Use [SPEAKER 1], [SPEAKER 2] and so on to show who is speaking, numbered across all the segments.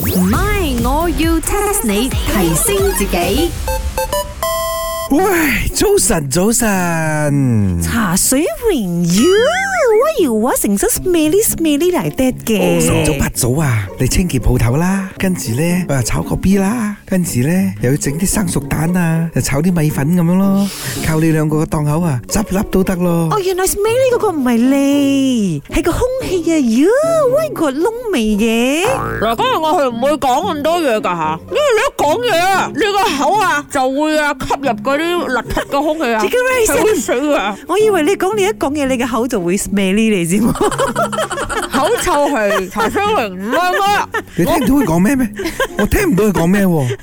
[SPEAKER 1] 唔係，我要 test 你提升自己。
[SPEAKER 2] 喂，早晨，早晨，
[SPEAKER 3] 茶水榮耀，我搖啊，成身 smelly smelly 嚟得
[SPEAKER 2] 晨早八
[SPEAKER 3] 嘅。
[SPEAKER 2] 早啊，你清潔鋪頭啦，跟住咧啊炒個 B 啦，跟住咧又要整啲生熟蛋啊，又炒啲米粉咁樣咯，靠你兩個嘅檔口啊，執笠都得咯
[SPEAKER 4] 哎
[SPEAKER 3] 哦，。原來 Oh, smelly 嗰個唔係你，係個空氣啊！妖，喂，個窿味嘅。
[SPEAKER 4] 嗱，今日我係唔會講咁多嘢噶吓，因為你一講嘢啊，你個口啊就會啊吸入嗰啲邋遢嘅空氣啊，
[SPEAKER 3] 自己 raise
[SPEAKER 4] 係會死啊，
[SPEAKER 3] 我以為你講你一講嘢，你嘅口就會 smelly 嚟啫嘛。
[SPEAKER 4] 口臭係茶水榮唔啱啊，
[SPEAKER 2] 你聽到佢講咩咩？我聽唔到佢講咩喎。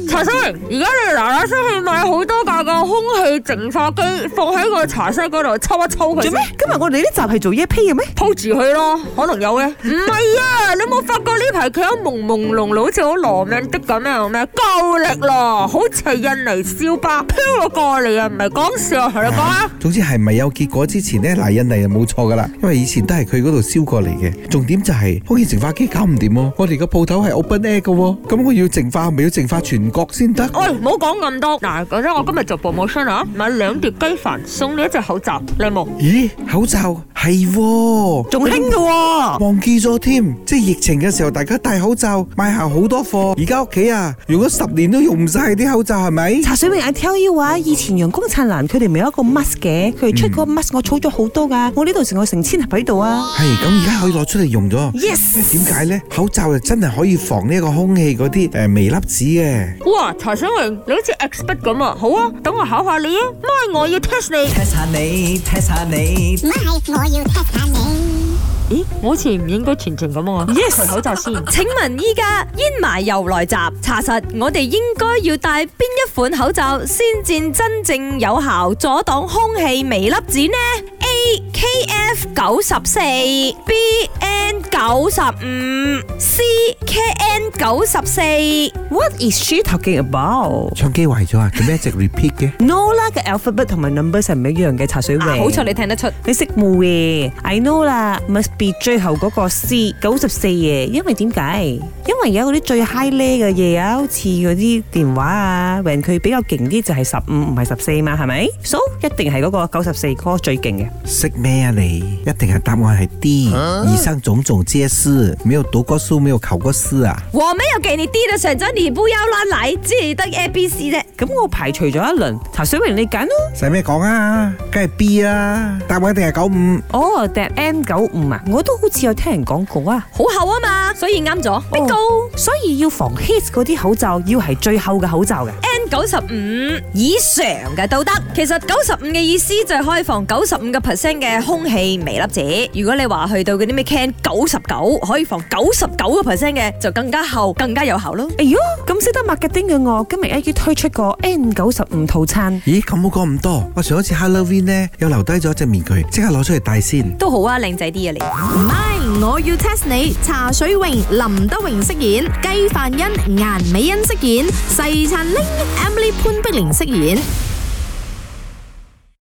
[SPEAKER 4] 茶水榮，而家你嗱嗱聲去買好多架嘅空氣淨化機，放喺個茶室嗰度抽一抽佢
[SPEAKER 3] 做
[SPEAKER 4] 先
[SPEAKER 3] 咩。？今日我哋呢集係做 e p 嘅咩？
[SPEAKER 4] 鋪住佢咯，可能有嘅。唔係啊，你冇發覺呢排佢有朦朦朧朧，好似好羅命的咁樣咩？夠力咯，好似係印尼燒巴飄咗過嚟啊，唔係講笑，同你講啊。
[SPEAKER 2] 總之係咪有結果之前呢，嗱印尼就冇錯噶啦，因為以前都係佢嗰度燒過嚟嘅。重點就係空氣淨化機搞唔掂喎，我哋個鋪頭係 open air 嘅喎，咁我要淨化，咪要淨化全國先得。
[SPEAKER 4] 喂，唔好講咁多。嗱，講真，我今日做 promotion 啊，買兩碟雞飯，送你一隻口罩，你冇？
[SPEAKER 2] 咦，口罩係喎，
[SPEAKER 3] 仲興嘅喎。
[SPEAKER 2] 忘記咗添，即係疫情嘅時候，大家戴口罩買下好多貨，而家屋企啊，用咗十年都用唔晒啲口罩，係咪？
[SPEAKER 3] 茶水榮，I tell you 啊，以前陽光燦爛佢哋咪有一個 mask 嘅，佢哋出嗰個 mask，我儲咗好多㗎，我呢度成個成千盒喺度啊。
[SPEAKER 2] 係咁，而家可以攞出嚟用咗。
[SPEAKER 3] à? Yes
[SPEAKER 2] 因為點解呢？口罩就真係可以防呢一個空氣嗰啲誒微粒子嘅。
[SPEAKER 4] 哇，柴水榮，你好似 expert 咁啊！好啊，等我考下你啊，咪我要 test 你。
[SPEAKER 5] test 下你，test 下你。
[SPEAKER 6] 唔係，我要 test 下你。
[SPEAKER 4] 咦，我好似唔應該全程咁啊！Yes，除口罩先。
[SPEAKER 7] 請問依家煙霾又來襲，查實我哋應該要戴邊一款口罩先至真正有效阻擋空氣微粒子呢？A K F 九十四，B N 九十五，C K N 九十四。
[SPEAKER 3] What is she talking about？
[SPEAKER 2] 唱機壞咗啊？做咩一直 repeat 嘅？
[SPEAKER 3] No 啦嘅 alphabet 同埋 numbers 係唔一樣嘅茶水
[SPEAKER 7] 啊
[SPEAKER 3] 榮。
[SPEAKER 7] 好彩你聽得出。
[SPEAKER 3] 你識冇嘅？I know 啦，must be 最後嗰個 C 九十四嘅，因為點解？因為有嗰啲最 high 咧嘅嘢啊，好似嗰啲電話啊，人佢比較勁啲就係十五唔係十四嘛，係咪？So 一定係嗰個九十四個最勁嘅。
[SPEAKER 2] 識咩啊你？一定係答案係 D。以上種種皆是，沒有讀過書，沒有考過試啊。
[SPEAKER 7] 我没有给你 D 的选择，你不要乱来，只得 A B C 啫。
[SPEAKER 3] 咁我排除咗一輪，茶水榮你揀咯。
[SPEAKER 2] 使咩講啊？梗係 B 啦，答案一定係九五。
[SPEAKER 3] 哦、t h a t N 九五啊，我都好似有聽人講過啊。
[SPEAKER 7] 好厚啊嘛，所以啱咗。邊個
[SPEAKER 3] 哦所以要防 hit 嗰啲口罩，要係最厚嘅口罩嘅。
[SPEAKER 7] N 九十五以上嘅都得。其實九十五嘅意思就係可以防九十五嘅 percent 嘅空氣微粒子。如果你話去到嗰啲咩 can 九十九，可以防九十九個 percent 嘅，就更加厚，更加有效咯。
[SPEAKER 3] 哎喲，咁識得 marketing 嘅我，今日一於推出個 N 九十五套餐。
[SPEAKER 2] 咦，咁冇講咁多。我上一次 Halloween 呢，有留低咗隻面具，即刻攞出嚟戴先。
[SPEAKER 7] 都好啊，靚仔啲啊你。
[SPEAKER 1] 唔係，我要 test 你。茶水榮、林德榮飾演，雞范欣、顏美欣飾演，細陳玲、Emily 潘碧玲飾演。